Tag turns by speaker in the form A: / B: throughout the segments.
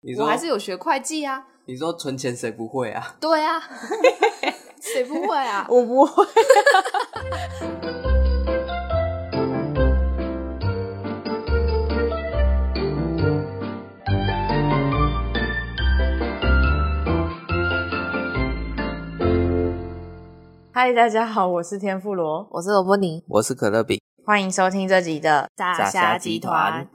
A: 你
B: 我
A: 说
B: 还是有学会计啊。
A: 你说存钱谁不会啊？
B: 对啊， 谁不会啊？
C: 我不会。嗨，大家好，我是天妇罗，
B: 我是罗伯尼，
A: 我是可乐饼，
C: 欢迎收听这集的
B: 大
A: 炸虾集团。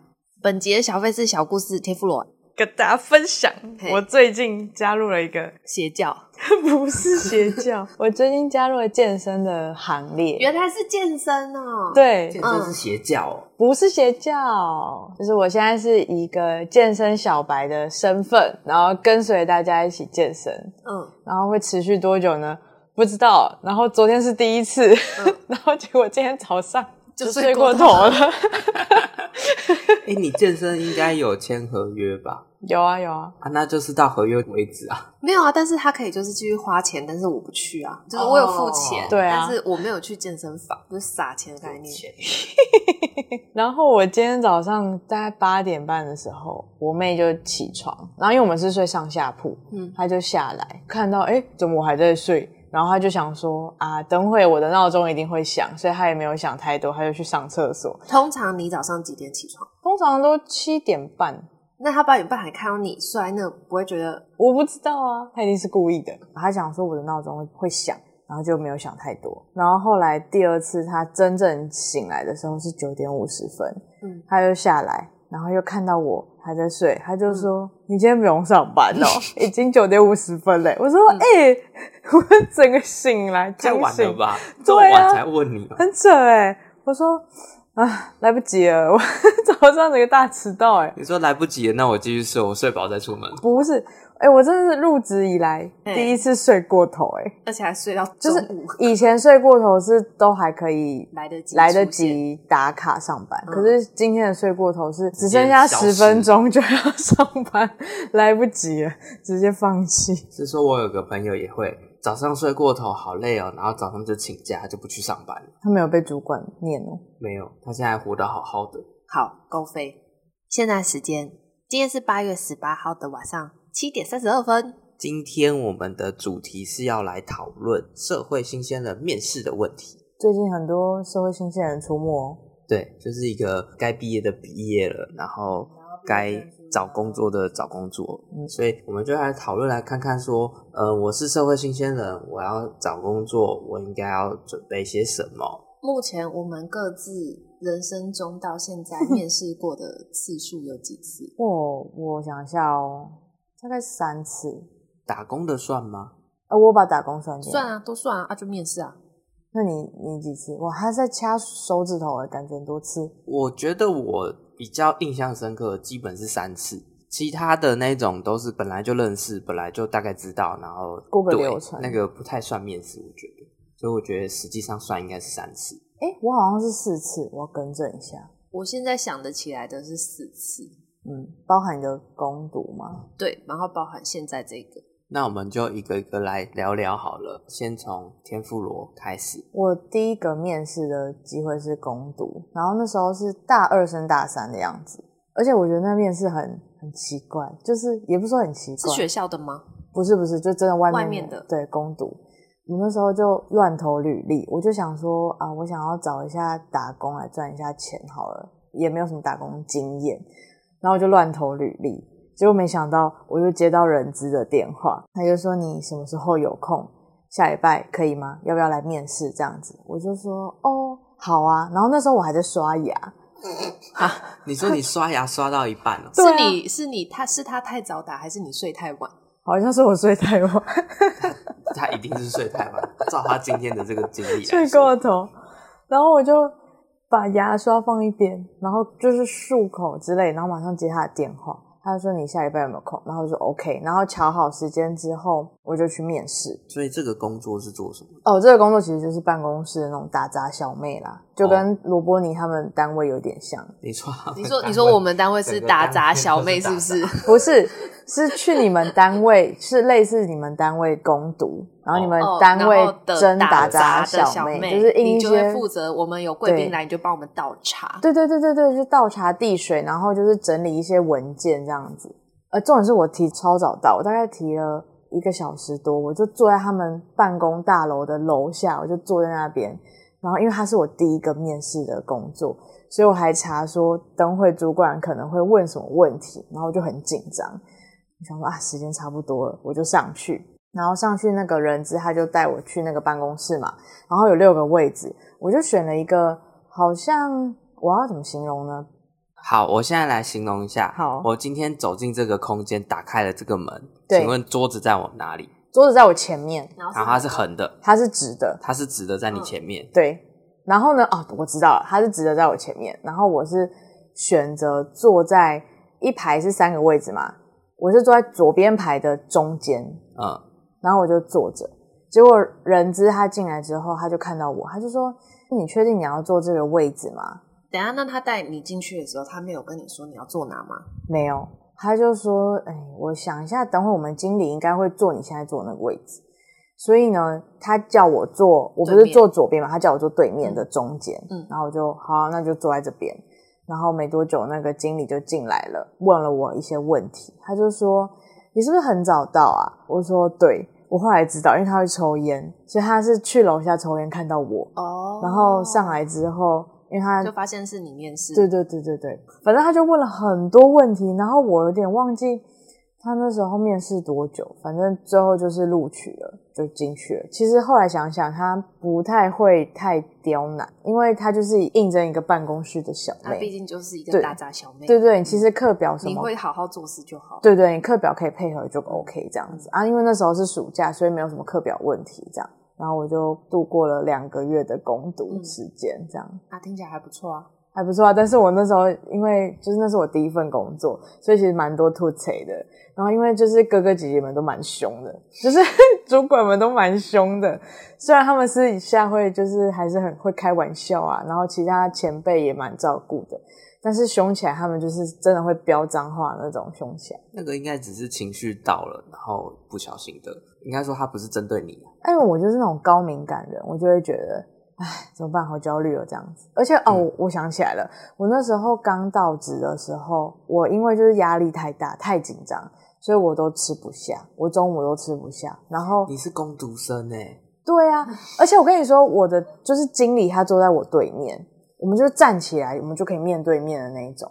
B: 本集的小费是小故事，天妇罗
C: 跟大家分享
B: 嘿。
C: 我最近加入了一个，
B: 邪教，
C: 不是邪教，我最近加入了健身的行列。
B: 原来是健身哦。，
C: 对，
A: 健身是邪教、 哦，
C: 不是邪教，就是我现在是一个健身小白的身份，然后跟随大家一起健身，
B: 嗯，
C: 然后会持续多久呢？不知道。然后昨天是第一次， 然后结果今天早上
B: 就
C: 就
B: 睡
C: 睡
B: 过
C: 过
B: 头
C: 头了。
A: 哎、你健身应该有签合约吧？
C: 有啊有啊，
A: 啊，那就是到合约为止啊。
B: 没有啊，但是他可以就是继续花钱，但是我不去啊，就是我有付钱，
A: 哦
C: 对啊
B: 但是我没有去健身房，就是撒钱的概念。
C: 然后我今天早上大概八点半的时候，我妹就起床，然后因为我们是睡上下铺，
B: 嗯
C: 嗯，她就下来看到，哎，怎么我还在睡？然后她就想说啊，等会我的闹钟一定会响，所以她也没有想太多，她就去上厕所。
B: 通常你早上几点起床？
C: 通常都七点半，
B: 那他八点半还看到你睡在那，不会觉得
C: 我不知道啊，他一定是故意的。他想说我的闹钟会会响，然后就没有想太多。然后后来第二次他真正醒来的时候是九点五十分，
B: 嗯
C: 嗯，他就下来，然后又看到我还在睡，他
A: 嗯
C: 就说：“你今天不用上班 哦，已经九点五十分嘞。”我说：“哎、 我整个醒 来，
A: 嗯太晚
C: 惊
A: 了
C: 醒？
A: 吧？这么
C: 对啊
A: 晚才问 你、哦，
C: 很扯哎、我说：“啊，来不及了，我 早上整个大迟到哎、
A: 你说来不及了，那我继续睡，我睡饱再出门。
C: 不是，哎、我真的是入职以来
B: 嗯
C: 第一次睡过头、哎，
B: 而且还睡到
C: 就
B: 中
C: 是
B: 午、
C: 以前睡过头是都还可以
B: 来得及，
C: 来得。及打卡上班，
B: 嗯
C: 可是今天的睡过头是只剩下十分钟就要上班，来不及了， 直接放弃。
A: 是说我有个朋友也会早上睡过头，好累哦，然后早上就请假就不去上班了。
C: 他没有被主管念哦，
A: 没有，他现在活得好好的。
B: 好，高飞。现在时间，今天是八月十八号的晚上七点三十二分。
A: 今天我们的主题是要来讨论社会新鲜人面试的问题。
C: 最近很多社会新鲜人出没哦，
A: 对，就是一个该毕业的毕业了，然后该找工作的找工作，
C: 嗯
A: 所以我们就来讨论来看看说，呃，我是社会新鲜人，我要找工作，我应该要准备些什么？
B: 目前我们各自人生中到现在面试过的次数有几 次？
C: 我我想一下哦，大概三次，
A: 打工的算吗？
C: 呃，我把打工算进来
B: 算。啊，都算啊，啊就面试啊。
C: 那你你几次？我还在掐手指头哎，感觉很多次。
A: 我觉得我比较印象深刻，基本是三次，其他的那种都是本来就认识，本来就大概知道，然后
C: 过个
A: 对
C: 流程
A: 那个不太算面试，我觉得，所以我觉得实际上算应该是三次。
C: 哎、我好像是四次，我要更正一下。
B: 我现在想得起来的是四次，
C: 嗯，包含你的攻读吗？
B: 对，然后包含现在这个。
A: 那我们就一个一个来聊聊好了，先从天妇罗开始。
C: 我第一个面试的机会是攻读，然后那时候是大二升大三的样子，而且我觉得那面试很很奇怪，就是也不是说很奇
B: 是
C: 怪，
B: 学校的吗？
C: 不是不是，就真的外面
B: 外面的
C: 对攻读。我那时候就乱投履历，我就想说啊，我想要找一下打工来赚一下钱好了，也没有什么打工经验，然后我就乱投履历，结果没想到我就接到人资的电话，他就说你什么时候有空，下礼拜可以吗？要不要来面试这样子？我就说哦，好啊。然后那时候我还在刷牙，
A: 你说 你刷牙刷到一半了、
C: 对啊
B: 是你是你他是他太早打，还是你睡太晚？
C: 好像是我睡太晚。
A: 他一定是睡太晚。照他今天的这个经历来
C: 睡
A: 说，
C: 过头，然后我就把牙刷放一边，然后就是漱口之类，然后马上接他的电话，他就说你下礼拜有没有空，然后我就说 OK，然后瞧好时间之后，我就去面试。
A: 所以这个工作是做什么？
C: 哦，这个工作其实就是办公室的那种打杂小妹啦，就跟罗伯尼他们单位有点像，
A: 你说他们
B: 你说
A: 单位
B: 你说我们单位是
A: 整个单位
B: 打杂小妹
A: 都
B: 是
A: 是
B: 不是？
C: 不是，是去你们单位，是类似你们单位攻读，然后你们
B: 哦
C: 单
B: 然
C: 位
B: 后的
C: 真
B: 打
C: 杂
B: 杂的
C: 小
B: 小
C: 妹，就是印
B: 你
C: 一
B: 就会
C: 些
B: 负责我们有贵宾
C: 对
B: 来，你就帮我们倒茶。
C: 对对对对对，就倒茶递水，然后就是整理一些文件这样子。呃，重点是我提超早到，我大概提了一个小时多，我就坐在他们办公大楼的楼下，我就坐在那边。然后因为他是我第一个面试的工作，所以我还查说灯会主管可能会问什么问题，然后我就很紧张，我想说啊，时间差不多了，我就上去。然后上去那个人资他就带我去那个办公室嘛，然后有六个位置，我就选了一个，好像我要怎么形容呢？
A: 好，我现在来形容一下。
C: 好
A: 我今天走进这个空间，打开了这个门，
C: 对
A: 请问桌子在我哪里？
C: 桌子在我前面，
B: 然后
A: 然后它是横的，
C: 它是直的，
A: 它是直的，在你
C: 嗯
A: 前面。
C: 对，然后呢？哦，我知道了，他是直的在我前面，然后我是选择坐在一排是三个位置嘛，我是坐在左边排的中间，
A: 嗯，
C: 然后我就坐着。结果人资他进来之后，他就看到我，他就说：“你确定你要坐这个位置吗
B: 等一下，那他带你进去的时候，他没有跟你说你要坐哪吗？？”
C: 没有，他就说：“哎，我想一下，等会我们经理应该会坐你现在坐的那个位置。”所以呢，他叫我坐，我不
B: 对
C: 是
B: 面
C: 坐左边嘛，他叫我坐对面的中间。
B: 嗯
C: 然后我就好啊、那就坐在这边。然后没多久，那个经理就进来了，问了我一些问题。他就说：“你是不是很早到啊？”我说：“对。”我后来知道，因为他会抽烟，所以他是去楼下抽烟看到我，
B: 哦
C: 然后上来之后，因为他
B: 就发现是你面试，
C: 对对对对对，反正他就问了很多问题，然后我有点忘记他那时候面试多久，反正最后就是录取了，就进去了。其实后来想想，他不太会太刁难，因为他就是应征一个办公室的小
B: 她
C: 妹，
B: 啊毕竟就是一个
C: 对
B: 大杂小妹，嗯
C: 对对，你其实课表什
B: 你
C: 么。
B: 会好好做事就好。
C: 对对，你课表可以配合就 OK 这样子啊，因为那时候是暑假，所以没有什么课表问题这样。然后我就度过了两个月的攻读
B: 嗯
C: 时间，这样。
B: 啊，听起来还不错啊。
C: 还不错啊。但是我那时候因为就是那是我第一份工作，所以其实蛮多吐槽的。然后因为就是哥哥姐姐们都蛮凶的，就是 主管们都蛮凶的。虽然他们私底下会就是还是很会开玩笑啊，然后其他前辈也蛮照顾的，但是凶起来他们就是真的会飙脏话那种凶起来。
A: 那个应该只是情绪到了，然后不小心的。应该说他不是针对你，啊
C: 因为我就是那种高敏感人，我就会觉得，哎，怎么办？好焦虑哦，这样子。而且哦，
A: 嗯
C: 我我想起来了，我那时候刚到职的时候，我因为就是压力太大、太紧张，所以我都吃不下，我中午都吃不下。然后，
A: 你是工读生哎、
C: 对啊，而且我跟你说，我的就是经理他坐在我对面，我们就站起来，我们就可以面对面的那一种。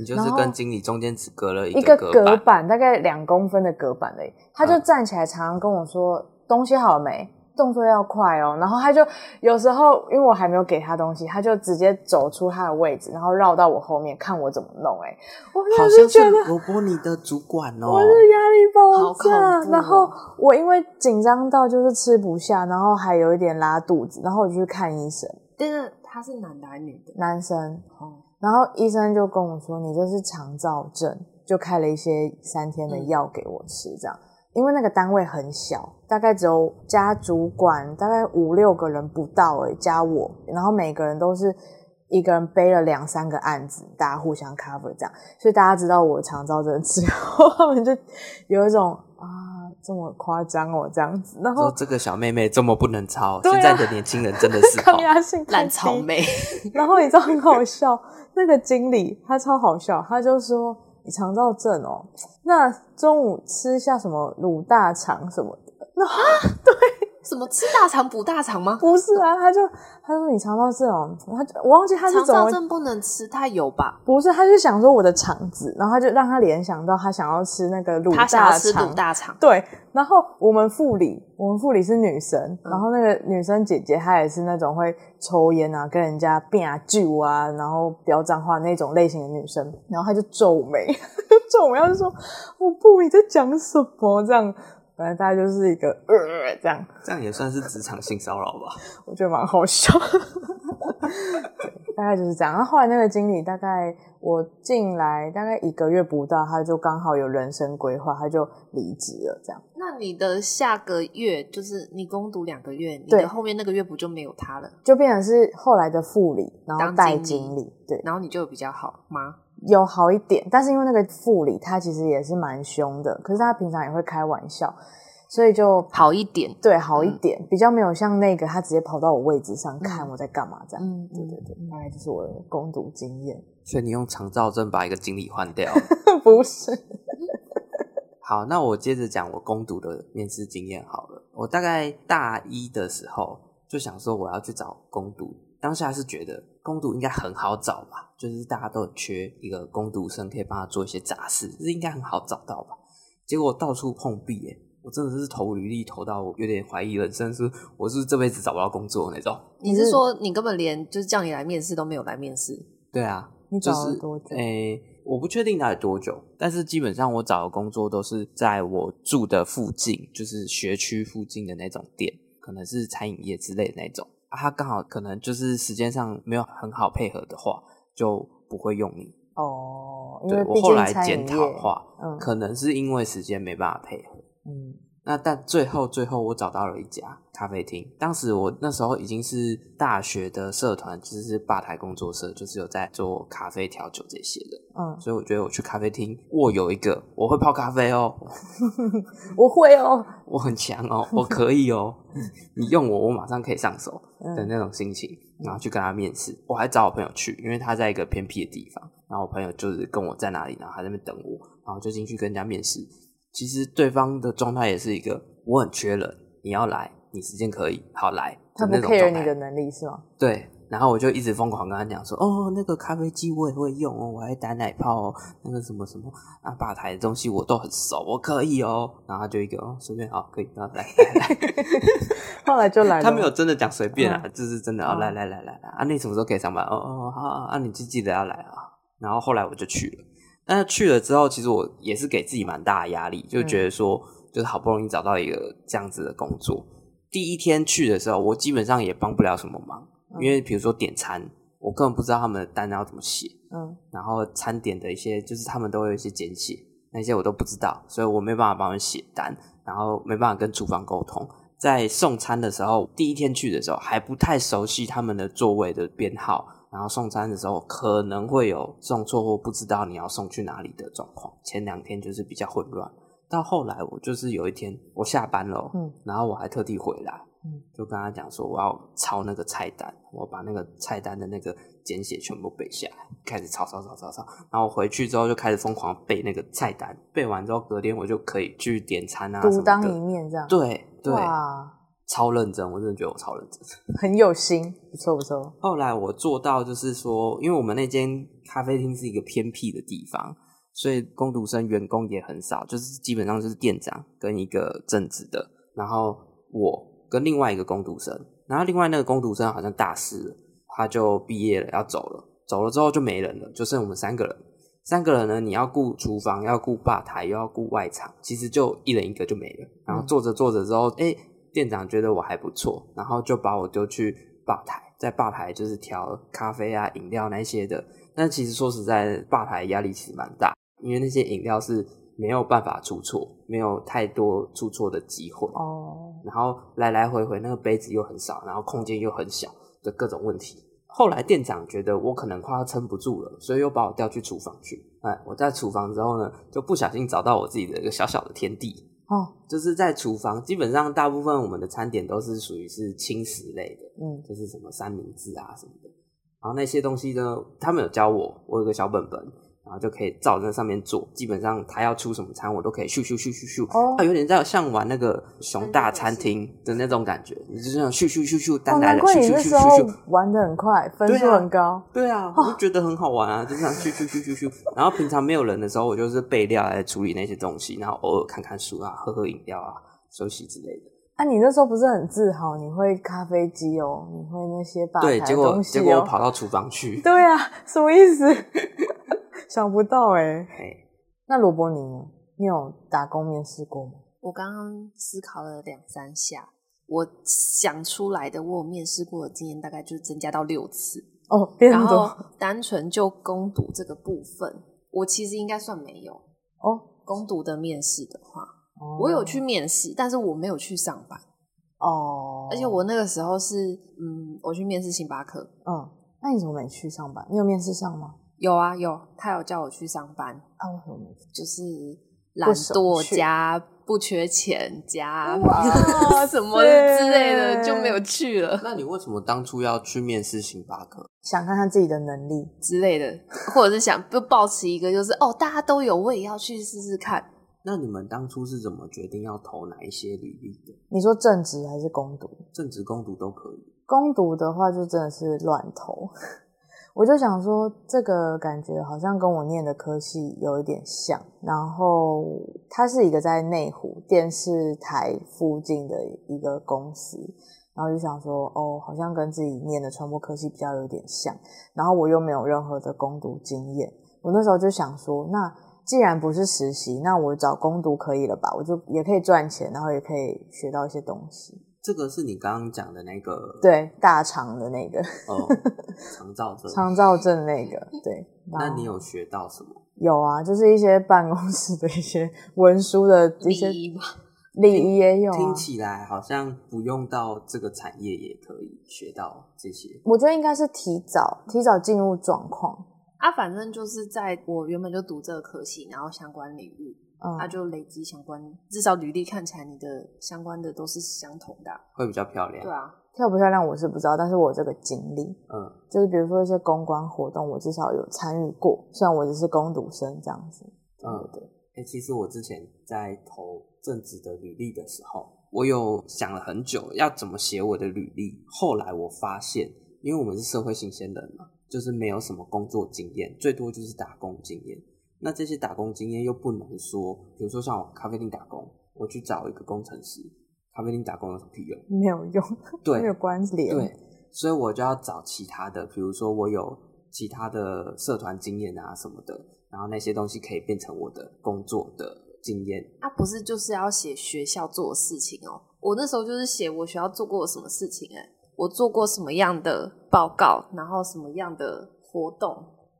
A: 你就是
C: 然后
A: 跟经理中间只隔了
C: 一
A: 个隔
C: 个隔
A: 板。
C: 板，大概两公分的隔板而已。他就
A: 嗯
C: 站起来，常常跟我说：“东西好了没？动作要快哦。”然后他就有时候因为我还没有给他东西，他就直接走出他的位置，然后绕到我后面看我怎么弄、欸。哎，我真
A: 好
C: 的
A: 像
C: 是觉
A: 是哦
C: 得
A: 罗伯尼的主管哦、
C: 我是压力
B: 好
C: 爆
B: 恐
C: 炸，
B: 怖哦
C: 然后我因为紧张到就是吃不下，然后还有一点拉肚子，然后我就去看医生，
B: 但是他是男的还是女的？
C: 男生，
B: 哦，
C: 然后医生就跟我说：“你这是肠燥症。”就开了一些三天
A: 嗯
C: 的药给我吃，这样。因为那个单位很小，大概只有加主管大概五六个人不到诶、加我，然后每个人都是一个人背了两三个案子，大家互相 cover 这样。所以大家知道我肠燥症之后， 他们就有一种啊这么夸张哦这样子，然后
A: 说这个小妹妹这么不能操，
C: 对啊啊
A: 现在的年轻人真的 是
C: 抗
A: 哦，
C: 压性太
B: 烂
C: 低
B: 草莓，
C: 然后你知道很好笑， 那个经理他超好笑，他就说你肠燥症哦，那中午吃下什么卤大肠什么的。
B: 什么吃大肠补大肠吗？
C: 不是啊，他就他说你肠燥症哦，他就我忘记他是
B: 肠
C: 怎
B: 燥
C: 么，
B: 症不能吃太油吧？
C: 不是，他就想说我的肠子，然后他就让他联想到他想要吃那个卤
B: 他想
C: 大
B: 要吃卤
C: 肠，
B: 大肠，
C: 对，然后我们副理，我们副理是女生，
B: 嗯
C: 然后那个女生姐姐她也是那种会抽烟啊，跟人家变啊酒啊，然后飙脏话那种类型的女生，然后她就皱眉， 皱眉，她就说：“我不，你在讲什么？”这样，反正大家就是一个呃这样，
A: 这样也算是职场性骚扰吧？
C: 我觉得蛮好笑。 对大概就是这样。然后后来那个经理，大概我进来大概一个月不到，他就刚好有人生规划，他就离职了，这样。
B: 那你的下个月就是你攻读两个月，你
C: 对
B: 的后面那个月不就没有他了？
C: 就变成是后来的副理，然后
B: 当
C: 带
B: 经理
C: 经理，对，
B: 然后你就比较好吗？
C: 有好一点。但是因为那个副理他其实也是蛮凶的，可是他平常也会开玩笑，所以就
B: 好一点，
C: 对好一
B: 嗯
C: 点，比较没有像那个他直接跑到我位置
A: 嗯
C: 上看我在干嘛这样。
B: 嗯
C: 对对对，大概就是我的 攻读经验，
A: 所以你用肠燥症把一个经理换掉，
C: 不是。
A: 好，那我接着讲我攻读的面试经验好了。我大概大一的时候就想说我要去找攻读，当下是觉得攻读应该很好找吧，就是大家都很缺一个攻读生可以帮他做一些杂事，这应该很好找到吧。结果到处碰壁、欸，我真的是投履历投到我有点怀疑人生，是我是不是这辈子找不到工作的那种。
B: 你是说你根本连就是叫你来面试都没有来面试？
A: 对啊，
C: 你
A: 就
C: 找了
A: 是哎
C: 多久？
A: 诶、我不确定到底多久，但是基本上我找的工作都是在我住的附近，就是学区附近的那种店，可能是餐饮业之类的那种。啊，他刚好可能就是时间上没有很好配合的话，就不会用你。
C: 哦，因
A: 对
C: 为
A: 我
C: 毕
A: 后
C: 竟
A: 来
C: 餐
A: 检
C: 饮
A: 讨
C: 业，
A: 话，
C: 嗯
A: 可能是因为时间没办法配合。
C: 嗯，
A: 那但最后最后我找到了一家咖啡厅，当时我那时候已经是大学的社团，就是吧台工作社，就是有在做咖啡调酒这些的。
C: 嗯，
A: 所以我觉得我去咖啡厅，我有一个我会泡咖啡哦，
C: 我会 哦，
A: 我很强哦，我可以 哦，你用我，我马上可以上手的
C: 嗯
A: 那种心情，然后去跟他面试。我还找我朋友去，因为他在一个偏僻的地方，然后我朋友就是跟我在哪里，然后他在那边等我，然后就进去跟人家面试。其实对方的状态也是一个我很缺人，你要来，你时间可以，好来
C: 他
A: 的
C: 不
A: 那种
C: care
A: 状
C: 你
A: 态
C: 的。能力是吗？
A: 对，然后我就一直疯狂跟他讲说，哦，那个咖啡机我也会用哦，我还打奶泡哦，那个什么什么啊，吧台的东西我都很熟，我可以哦。然后他就一个哦，随便好，可以，然后 来来来，
C: 后来就来了，嗯
A: 他没有，真的讲随便啊，就是真的哦，来来来来来啊，那你什么时候可以上班？哦哦，好啊，啊你就记得要来啊。然后后来我就去了，但是去了之后，其实我也是给自己蛮大的压力，就觉得说，就是好不容易找到一个这样子的工作，第一天去的时候，我基本上也帮不了什么忙。因为比如说点餐，我根本不知道他们的单要怎么写，
C: 嗯，
A: 然后餐点的一些就是他们都会有一些简写，那些我都不知道，所以我没办法帮他们写单，然后没办法跟厨房沟通。在送餐的时候，第一天去的时候还不太熟悉他们的座位的编号，然后送餐的时候可能会有送错或不知道你要送去哪里的状况。前两天就是比较混乱，到后来我就是有一天我下班了哦，
C: 嗯
A: 然后我还特地回来，
C: 嗯
A: 就跟他讲说我要抄那个菜单，我把那个菜单的那个简写全部背下来，开始抄抄抄抄抄。然后我回去之后就开始疯狂背那个菜单，背完之后隔天我就可以去点餐啊什
C: 独
A: 么
C: 当一
A: 的。
C: 面这样，，
A: 对对，
C: 哇，
A: 超认真，我真的觉得我超认真。
C: 很有心，不错不错，
A: 后来我做到就是说，因为我们那间咖啡厅是一个偏僻的地方，所以工读生员工也很少，就是基本上就是店长跟一个正职的，然后我跟另外一个工读生，然后另外那个工读生好像大四了，他就毕业了要走了，走了之后就没人了，就剩我们三个人。三个人呢，你要顾厨房，要顾吧台，又要顾外场，其实就一人一个就没了。然后做着做着之后，哎、店长觉得我还不错，然后就把我丢去吧台，在吧台就是调咖啡啊、饮料那些的。但其实说实在，吧台压力其实蛮大，因为那些饮料是没有办法出错，没有太多出错的机会。
C: 哦，
A: 然后来来回回那个杯子又很少，然后空间又很小的各种问题。后来店长觉得我可能快要撑不住了，所以又把我调去厨房去。哎，我在厨房之后呢，就不小心找到我自己的一个小小的天地。
C: 哦，
A: 就是在厨房，基本上大部分我们的餐点都是属于是轻食类的，
C: 嗯
A: 就是什么三明治啊什么的。然后那些东西呢，他们有教我，我有个小本本，然后就可以照着那上面做。基本上他要出什么餐，我都可以咻咻咻咻咻，
C: 哦
A: 啊，有点在像玩那个
C: 嗯
A: 熊大餐厅的那种感觉，你就这样咻咻咻咻单
C: 哦，
A: 来
C: 难
A: 了，
C: 怪
A: 咻
C: 你
A: 咻
C: 那
A: 咻
C: 时
A: 咻
C: 候哦
A: 咻。
C: 玩的很快，分
A: 对
C: 数
A: 啊
C: 很高，
A: 对啊，我就觉得很好玩啊，就这样咻咻咻咻咻。然后平常没有人的时候，我就是备料来处理那些东西，然后偶尔看看书啊，喝喝饮料啊，休息之类的。
C: 啊，你那时候不是很自豪，你会咖啡机哦，你会那些吧台
A: 对，
C: 的
A: 结果
C: 东西
A: 结果我
C: 哦
A: 跑到厨房去，
C: 对啊，什么意思？ 想不到哎、
A: 哎，
C: 那罗伯尼呢？你有打工面试过吗？
B: 我刚刚思考了两三下，我想出来的我有面试过的经验大概就增加到六次，
C: 哦，变
B: 然后
C: 多
B: 单纯就攻读这个部分，我其实应该算没有
C: 哦。
B: 攻读的面试的话，
C: 哦
B: 我有去面试，但是我没有去上班，
C: 哦，
B: 而且我那个时候是嗯，我去面试星巴克，
C: 嗯，那你怎么没去上班？你有面试上吗？
B: 有啊有，他有叫我去上班，
C: 啊，为什么没去？
B: 就是懒
C: 不
B: 惰
C: 想去
B: 加不缺钱加
C: 哇
B: 什么之类的
C: 塞
B: 就没有去了
A: 那你为什么当初要去面试星巴克？
C: 想看看自己的能力
B: 之类的，或者是想就抱持一个就是哦，大家都有，我也要去试试看
A: 那你们当初是怎么决定要投哪一些履历的？
C: 你说正职还是攻读？
A: 正职、攻读都可以。
C: 攻读的话就真的是乱投， 我就想说这个感觉好像跟我念的科系有一点像，然后它是一个在内湖电视台附近的一个公司，然后就想说哦，好像跟自己念的传播科系比较有点像，然后我又没有任何的攻读经验，我那时候就想说那。既然不是实习，那我找攻读可以了吧？我就也可以赚钱，然后也可以学到一些东西。
A: 这个是你刚刚讲的那个
C: 对，大厂的那个，
A: 哦，长照这。
C: 长照证那个，对。
A: 嗯
C: 然
A: 那
C: 后
A: 你有学到什么？
C: 有啊？就是一些办公室的一些文书的一些
B: 礼仪吧，
C: 礼仪也有、啊。
A: 听起来好像不用到这个产业也可以学到这些。
C: 我觉得应该是提早提早进入状况，
B: 啊，反正就是在我原本就读这个科系，然后相关领域，
C: 嗯，
B: 啊，就累积相关，至少履历看起来你的相关的都是相同的啊、
A: 会比较漂亮。
B: 对啊，
C: 漂不漂亮我是不知道，但是我有这个经历，
A: 嗯，
C: 就是比如说一些公关活动，我至少有参与过，虽然我只是攻读生这样子。
A: 嗯，对。哎、其实我之前在投正职的履历的时候，我有想了很久要怎么写我的履历。后来我发现，因为我们是社会新鲜人嘛，就是没有什么工作经验，最多就是打工经验。那这些打工经验又不能说，比如说像我咖啡厅打工，我去找一个工程师，咖啡厅打工有什么屁用？
C: 没有用，
A: 对
C: 没有关联。
A: 对，，所以我就要找其他的，比如说我有其他的社团经验啊什么的，然后那些东西可以变成我的工作的经验。
B: 啊，不是就是要写学校做的事情哦。我那时候就是写我学校做过什么事情、哎，我做过什么样的报告，然后什么样的活动，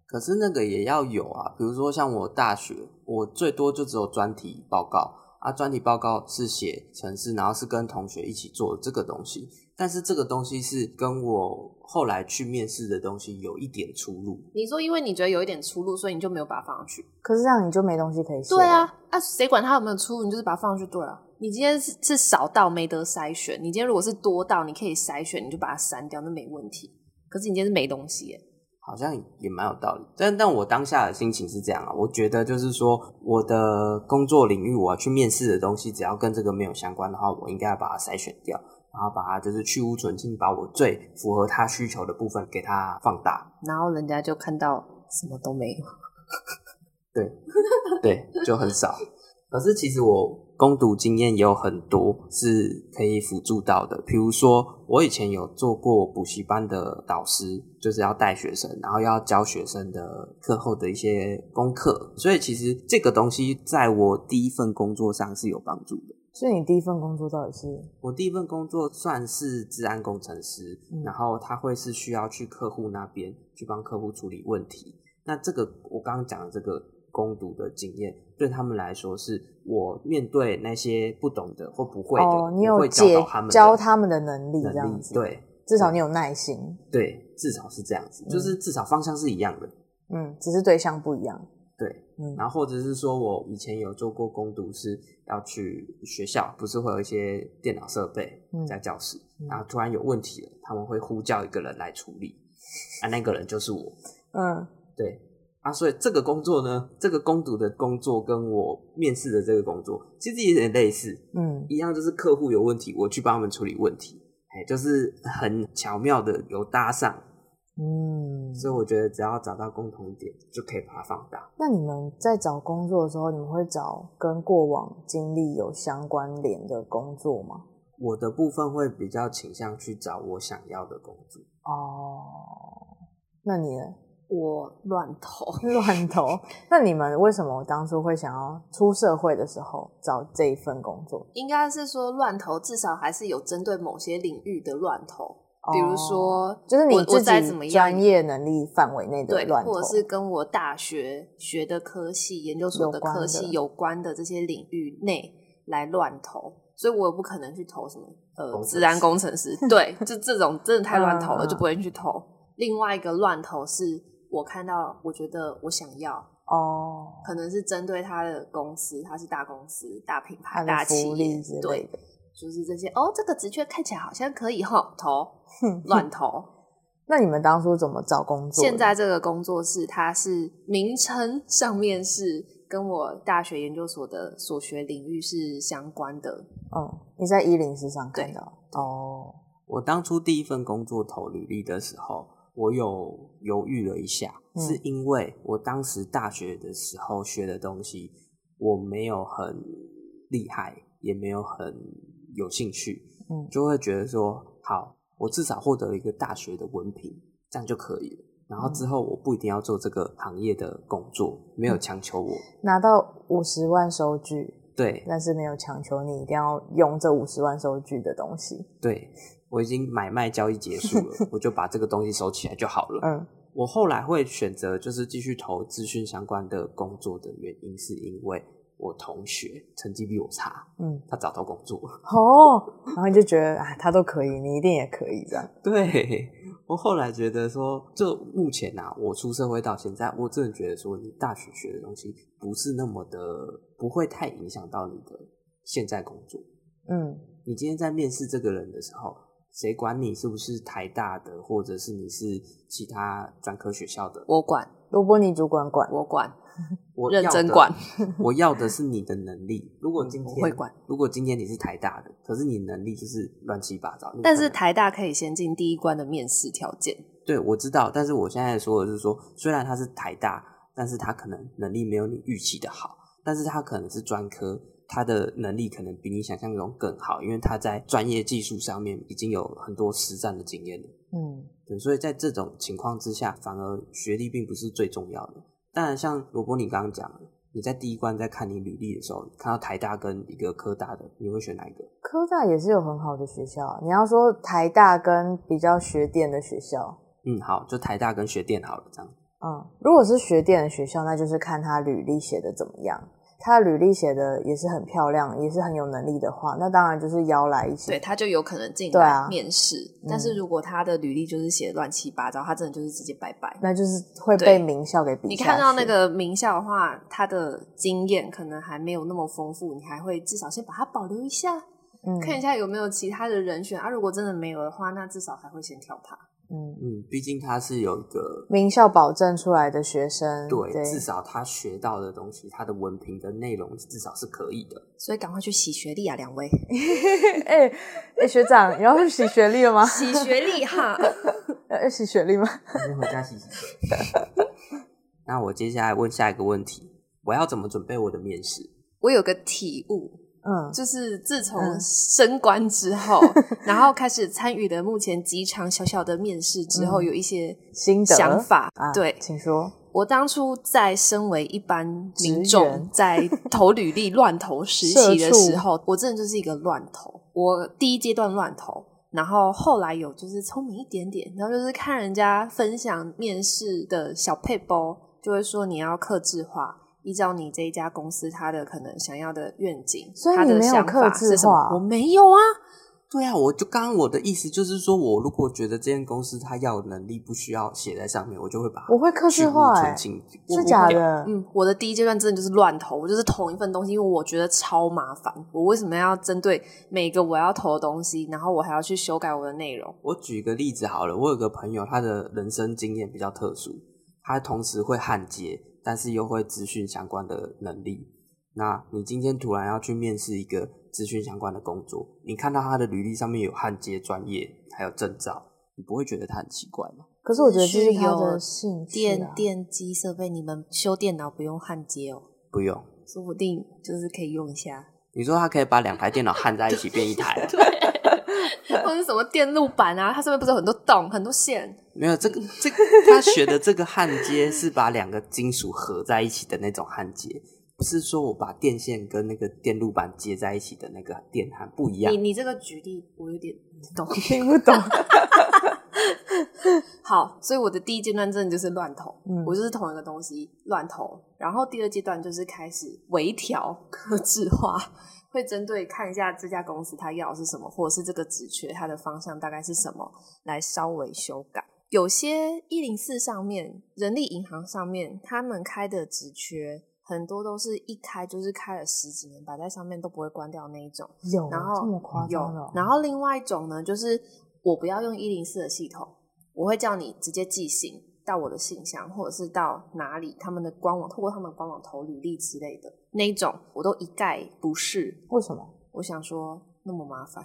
A: 可是那个也要有啊，比如说像我大学，我最多就只有专题报告啊，专题报告是写城市，然后是跟同学一起做这个东西，但是这个东西是跟我后来去面试的东西有一点出入，
B: 你说，因为你觉得有一点出入，所以你就没有把它放上去。
C: 可是这样你就没东西可以写。
B: 对，啊，啊，谁管它有没有出入？你就是把它放上去对了。你今天是是少到没得筛选，你今天如果是多到你可以筛选，你就把它删掉，那没问题。可是你今天是没东西耶，
A: 好像也蛮有道理。但但我当下的心情是这样啊，我觉得就是说，我的工作领域我要去面试的东西，只要跟这个没有相关的话，我应该要把它筛选掉，然后把它就是去污存菁，把我最符合他需求的部分给它放大。
B: 然后人家就看到什么都没有。
A: 对，对，就很少。可是其实我攻读经验也有很多是可以辅助到的，比如说我以前有做过补习班的导师，就是要带学生，然后要教学生的课后的一些功课，所以其实这个东西在我第一份工作上是有帮助的。
C: 所以你第一份工作到底是
A: 我第一份工作算是治安工程师，
C: 嗯
A: 然后他会是需要去客户那边去帮客户处理问题。那这个我刚刚讲的这个攻读的经验，对他们来说是我面对那些不懂的或不会的，
C: 哦，你
A: 我
C: 有
A: 会教
C: 解
A: 导他们的
C: 教他们的能力这
A: 能
C: 样
A: 力，
C: 子。，
A: 对
C: 至少你有耐心。
A: 对，至少是这样子，
C: 嗯
A: 就是至少方向是一样的，
C: 嗯，只是对象不一样。
A: 对。
C: 嗯，
A: 然后或者是说我以前有做过攻读，是要去学校，不是会有一些电脑设备
C: 嗯
A: 在教室，
C: 嗯
A: 然后突然有问题了，他们会呼叫一个人来处理，啊，那个人就是我，
C: 嗯，
A: 对。啊，所以这个工作呢，这个攻读的工作跟我面试的这个工作其实有点类似，
C: 嗯，
A: 一样就是客户有问题，我去帮他们处理问题，哎，就是很巧妙的有搭上，
C: 嗯。
A: 所以我觉得只要找到共同点，就可以把它放大。
C: 那你们在找工作的时候，你们会找跟过往经历有相关联的工作吗？
A: 我的部分会比较倾向去找我想要的工作，
C: 哦，那你呢
B: 我乱投，
C: 乱投？那你们为什么当初会想要出社会的时候找这一份工作？
B: 应该是说乱投，至少还是有针对某些领域的乱投，比如
C: 哦
B: 说
C: 就是你
B: 我我
C: 自
B: 再怎么
C: 己
B: 样
C: 专业能力范围内的
B: 对，
C: 乱投，
B: 或者是跟我大学学的科系、研究所
C: 有
B: 的
C: 关
B: 科
C: 的
B: 系有关的这些领域内来乱投，所以我也不可能去投什么
A: 工程
B: 呃，治安
A: 师
B: 工程师，对，就 这种真的太乱投了，
C: 嗯
B: 就不会去投。另外一个乱投是我看到，我觉得我想要，
C: 哦，
B: 可能是针对他的公司，他是大公司、大品
C: 它
B: 牌、
C: 的
B: 大
C: 福
B: 企
C: 利
B: 业
C: 之，类
B: 对，
C: 的。
B: 就是这些。哦，这个职缺看起来好像可以吼，投
C: 哼
B: 乱投。
C: 那你们当初怎么找工作的？
B: 现在这个工作室，它是名称上面是跟我大学研究所的所学领域是相关的。
C: 嗯，你在一零四上看
B: 对
C: 到哦，
A: 我当初第一份工作投履历的时候，我有犹豫了一下，
C: 嗯
A: 是因为我当时大学的时候学的东西，我没有很厉害，也没有很有兴趣，
C: 嗯
A: 就会觉得说，好，我至少获得了一个大学的文凭，这样就可以了。然后之
C: 嗯
A: 后我不一定要做这个行业的工作，没有强求我。
C: 拿到五十万收据，
A: 对
C: 但是没有强求你一定要用这五十万收据的东西。
A: 对，我已经买卖交易结束了，我就把这个东西收起来就好了。
C: 嗯
A: 我后来会选择就是继续投资讯相关的工作的原因，是因为我同学成绩比我差，
C: 嗯，
A: 他找到工作了。
C: 哦，然后你就觉得啊，他都可以，你一定也可以这样。
A: 对我后来觉得说，就目前啊，我出社会到现在，我真的觉得说，你大学学的东西不是那么的，不会太影响到你的现在工作。
C: 嗯
A: 你今天在面试这个人的时候，谁管你是不是台大的，或者是你是其他专科学校的？
B: 我管，
C: 罗伯尼主管管，
B: 我管，
A: 我
B: 认
A: 要
B: 真
A: 的
B: 管，嗯
A: 我要的是你的能力。如果今天
B: 我会管，
A: 如果今天你是台大的，可是你能力就是乱七八糟。你
B: 但
A: 可
B: 是
A: 能
B: 台大可以先进第一关的面试条件。
A: 对我知道，但是我现在说的是说，虽然他是台大，但是他可能能力没有你预期的好，但是他可能是专科，他的能力可能比你想象中更好，因为他在专业技术上面已经有很多实战的经验了。
C: 嗯
A: 对，所以在这种情况之下，反而学历并不是最重要的。当然，像罗伯你刚刚讲的，你在第一关在看你履历的时候，看到台大跟一个科大的，你会选哪一个？
C: 科大也是有很好的学校啊、你要说台大跟比较学电的学校，
A: 嗯，好，就台大跟学电好了，这样。
C: 嗯，如果是学电的学校，那就是看他履历写的怎么样。他的履历写的也是很漂亮，也是很有能力的话，那当然就是邀来一起。
B: 对，嗯他就有可能进
C: 对啊
B: 来面试。但是如果他的履历就是写得乱七八糟，他真的就是直接拜拜。
C: 那就是会被
B: 对
C: 名校给比
B: 你
C: 下
B: 看到那
C: 去
B: 个名校的话，他的经验可能还没有那么丰富，你还会至少先把它保留一下，
C: 嗯
B: 看一下有没有其他的人选啊。如果真的没有的话，那至少还会先挑他。
C: 嗯，
A: 嗯，毕竟他是有一个
C: 名校保证出来的学生，
A: 嗯对，
C: 对
A: 至少他学到的东西，他的文凭的内容至少是可以 的。
B: 所以赶快去洗学历啊，两位
C: 哎哎、学长，你要洗学历了吗？
B: 洗学历哈。
C: 要要洗学历吗？
A: 先回家洗洗睡。 那我接下来问下一个问题：我要怎么准备我的面试？
B: 我有个体悟，
C: 嗯，
B: 就是自从
C: 嗯
B: 升官之 后，然后开始参与的目前几场小小的面试之后，
C: 嗯
B: 有一些
C: 心得
B: 想法。
C: 啊，
B: 对，
C: 请说。
B: 我当初在身为一般民
C: 职
B: 众
C: 员
B: 在投履 历乱投实习的
C: 社畜
B: 时候，我真的就是一个乱投。我第一阶段乱投，然后后来有就是聪明一点点，然后就是看人家分享面试的小配包，就会说你要克制化，依照你这一家公司它的可能想要的愿景，
C: 所以
B: 它
C: 你
B: 的
C: 没有
B: 想法
C: 克制
B: 是什么
C: 化？
B: 我没有啊，
A: 对啊，我就刚刚我的意思就是说，我如果觉得这间公司它要的能力不需要写在上面，我就会把
C: 我会克制
A: 去污
C: 化哎
A: 存清，我
C: 是
A: 不
C: 假
A: 了。
C: 的，
B: 嗯，我的第一阶段真的就是乱投，我就是投一份东西，因为我觉得超麻烦。我为什么要针对每个我要投的东西，然后我还要去修改我的内容？
A: 我举个例子好了，我有个朋友，他的人生经验比较特殊，他同时会焊接，但是又会资讯相关的能力。那你今天突然要去面试一个资讯相关的工作，你看到他的履历上面有焊接专业，还有证照，你不会觉得他很奇怪吗？
C: 可是我觉得这
B: 是
C: 是他
B: 有
C: 的兴趣、
B: 电
C: 啊。
B: 电机设备，你们修电脑不用焊接哦，
A: 不用，
B: 说不定就是可以用一 下，
A: 你说他可以把两台电脑焊在一起变一台啊、
B: 或者是什么电路板啊，它上面不是有很多洞、很多线？
A: 没有这个，这个他学的这个焊接是把两个金属合在一起的那种焊接，不是说我把电线跟那个电路板接在一起的那个电焊不一样
B: 你。你这个举例我有点不懂。
C: 听不 懂，
B: 好，所以我的第一阶段真的就是乱投，
C: 嗯
B: 我就是同一个东西乱投。然后第二阶段就是开始微调、克制化，会针对看一下这家公司它要的是什么，或者是这个职缺它的方向大概是什么，来稍微修改。有些一零四上面、人力银行上面，他们开的职缺很多都是一开就是开了十几年，摆在上面都不会关掉那一种。
C: 有
B: 然后
C: 哦这么夸张的哦、
B: 有，然后另外一种呢，就是我不要用一零四的系统，我会叫你直接寄信到我的信箱，或者是到哪里他们的官网，透过他们的官网投履历之类的那一种，我都一概不是。
C: 为什么？
B: 我想说那么麻烦，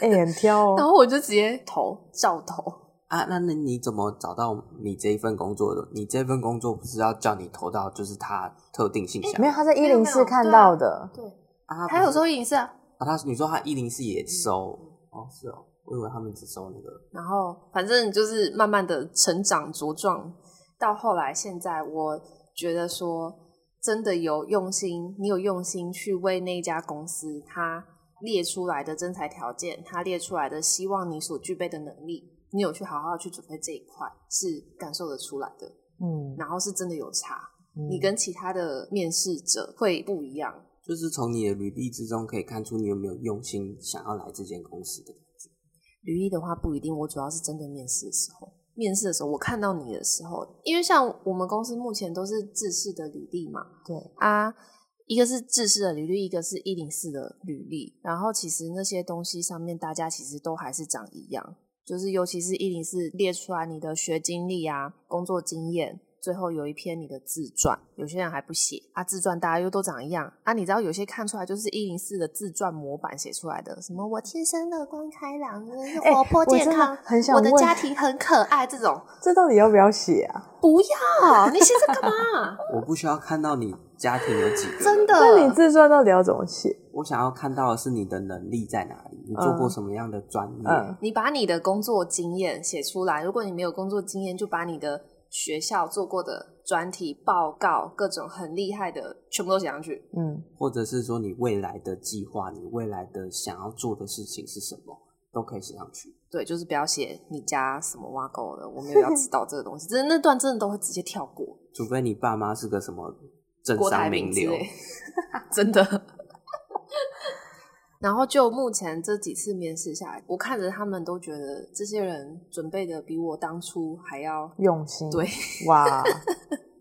C: 哎、很挑
B: 然
C: 哦。
B: 后我就直接投，照投。
A: 啊，那那你怎么找到你这一份工作的？你这份工作不是要叫你投到就是他特定信箱？
C: 没有，他在一
B: 没有
C: 零
B: 没有
C: 四看
B: 对啊
C: 到的，
B: 对，
A: 啊，
B: 还有时候也是啊，
A: 啊，他你说他一零四也收、哦，是哦，我以为他们只收那个
B: 然后反正就是慢慢的成长茁壮，到后来现在，我觉得说真的有用心，你有用心去为那一家公司它列出来的征才条件，它列出来的希望你所具备的能力，你有去好好去准备这一块，是感受得出来的，
C: 嗯，
B: 然后是真的有差，
C: 嗯
B: 你跟其他的面试者会不一样。
A: 就是从你的履历之中可以看出你有没有用心想要来这间公司的感觉。
B: 履历的话不一定，我主要是针对面试的时候。面试的时候，我看到你的时候，因为像我们公司目前都是制式的履历嘛，
C: 对，
B: 啊，一个是制式的履历，一个是一零四的履历。然后其实那些东西上面，大家其实都还是长一样，就是尤其是一零四列出来你的学经历啊、工作经验，最后有一篇你的自传，有些人还不写啊，自传大家又都长一样啊。你知道有些看出来就是一零四的自传模板写出来的，什么我天生乐观开朗，是
C: 哎
B: 活泼
C: 我真
B: 健
C: 的
B: 康，
C: 很想
B: 我的
C: 问
B: 家庭很可爱，这种
C: 这到底要不要写啊？
B: 不要，你写这干嘛？
A: 我不需要看到你家庭有几个人，
B: 真的，
C: 那你自传到底要怎么写？
A: 我想要看到的是你的能力在哪里，你做
B: 嗯
A: 过什么样的专业，
C: 嗯
B: 你把你的工作经验写出来。如果你没有工作经验，就把你的学校做过的专题报告、各种很厉害的，全部都写上去。
C: 嗯，
A: 或者是说你未来的计划，你未来的想要做的事情是什么，都可以写上去。
B: 对，就是不要写你家什么挖沟的，我没有要知道这个东西。真的那段真的都会直接跳过，
A: 除非你爸妈是个什么政
B: 郭台
A: 商
B: 铭
A: 名
B: 之
A: 流，
B: 类，真的。 然后就目前这几次面试下来，我看着他们都觉得这些人准备的比我当初还要
C: 用心。
B: 对，
C: 哇，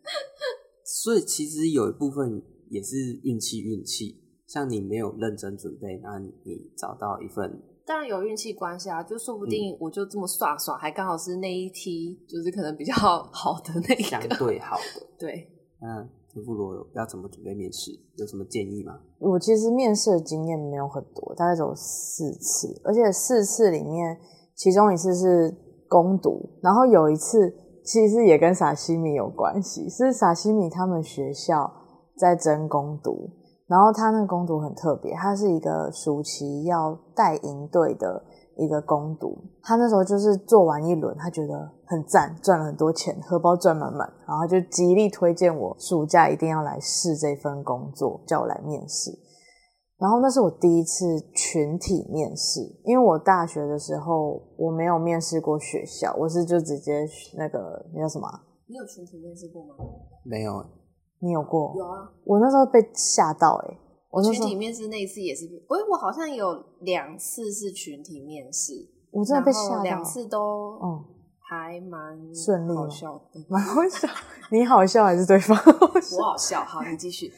A: 所以其实有一部分也是运气，运气。像你没有认真准备，那你找到一份，
B: 当然有运气关系啊，就说不
C: 嗯
B: 定我就这么耍耍，还刚好是那一梯，就是可能 比较好的 那
A: 相
B: 一个。
A: 对好的。
B: 对，
A: 那田富罗要怎么准备面试？有什么建议吗？
C: 我其实面试的经验没有很多，大概只有四次，而且四次里面，其中一次是攻读，然后有一次其实也跟傻西米有关系，是傻西米他们学校在争攻读，然后他那个攻读很特别，他是一个暑期要带营队的一个攻读，他那时候就是做完一轮，他觉得很赞，赚了很多钱，荷包赚满满，然后他就极力推荐我暑假一定要来试这份工作，叫我来面试。然后那是我第一次群体面试，因为我大学的时候我没有面试过学校，我是就直接那个那叫什么啊？
B: 你有群体面试过吗？
A: 没有，
C: 你有过？
B: 有啊，
C: 我那时候被吓到哎、欸
B: 我
C: 我那
B: 群
C: 时候
B: 体面试那一次也是，我我好像有两次是群体面试，
C: 我真
B: 然后
C: 的被吓到，
B: 两次都
C: 嗯，
B: 还蛮
C: 顺利吗
B: 好笑 的，
C: 蛮好笑。你好笑还是对方好 笑？
B: 我好笑。好，你继 续。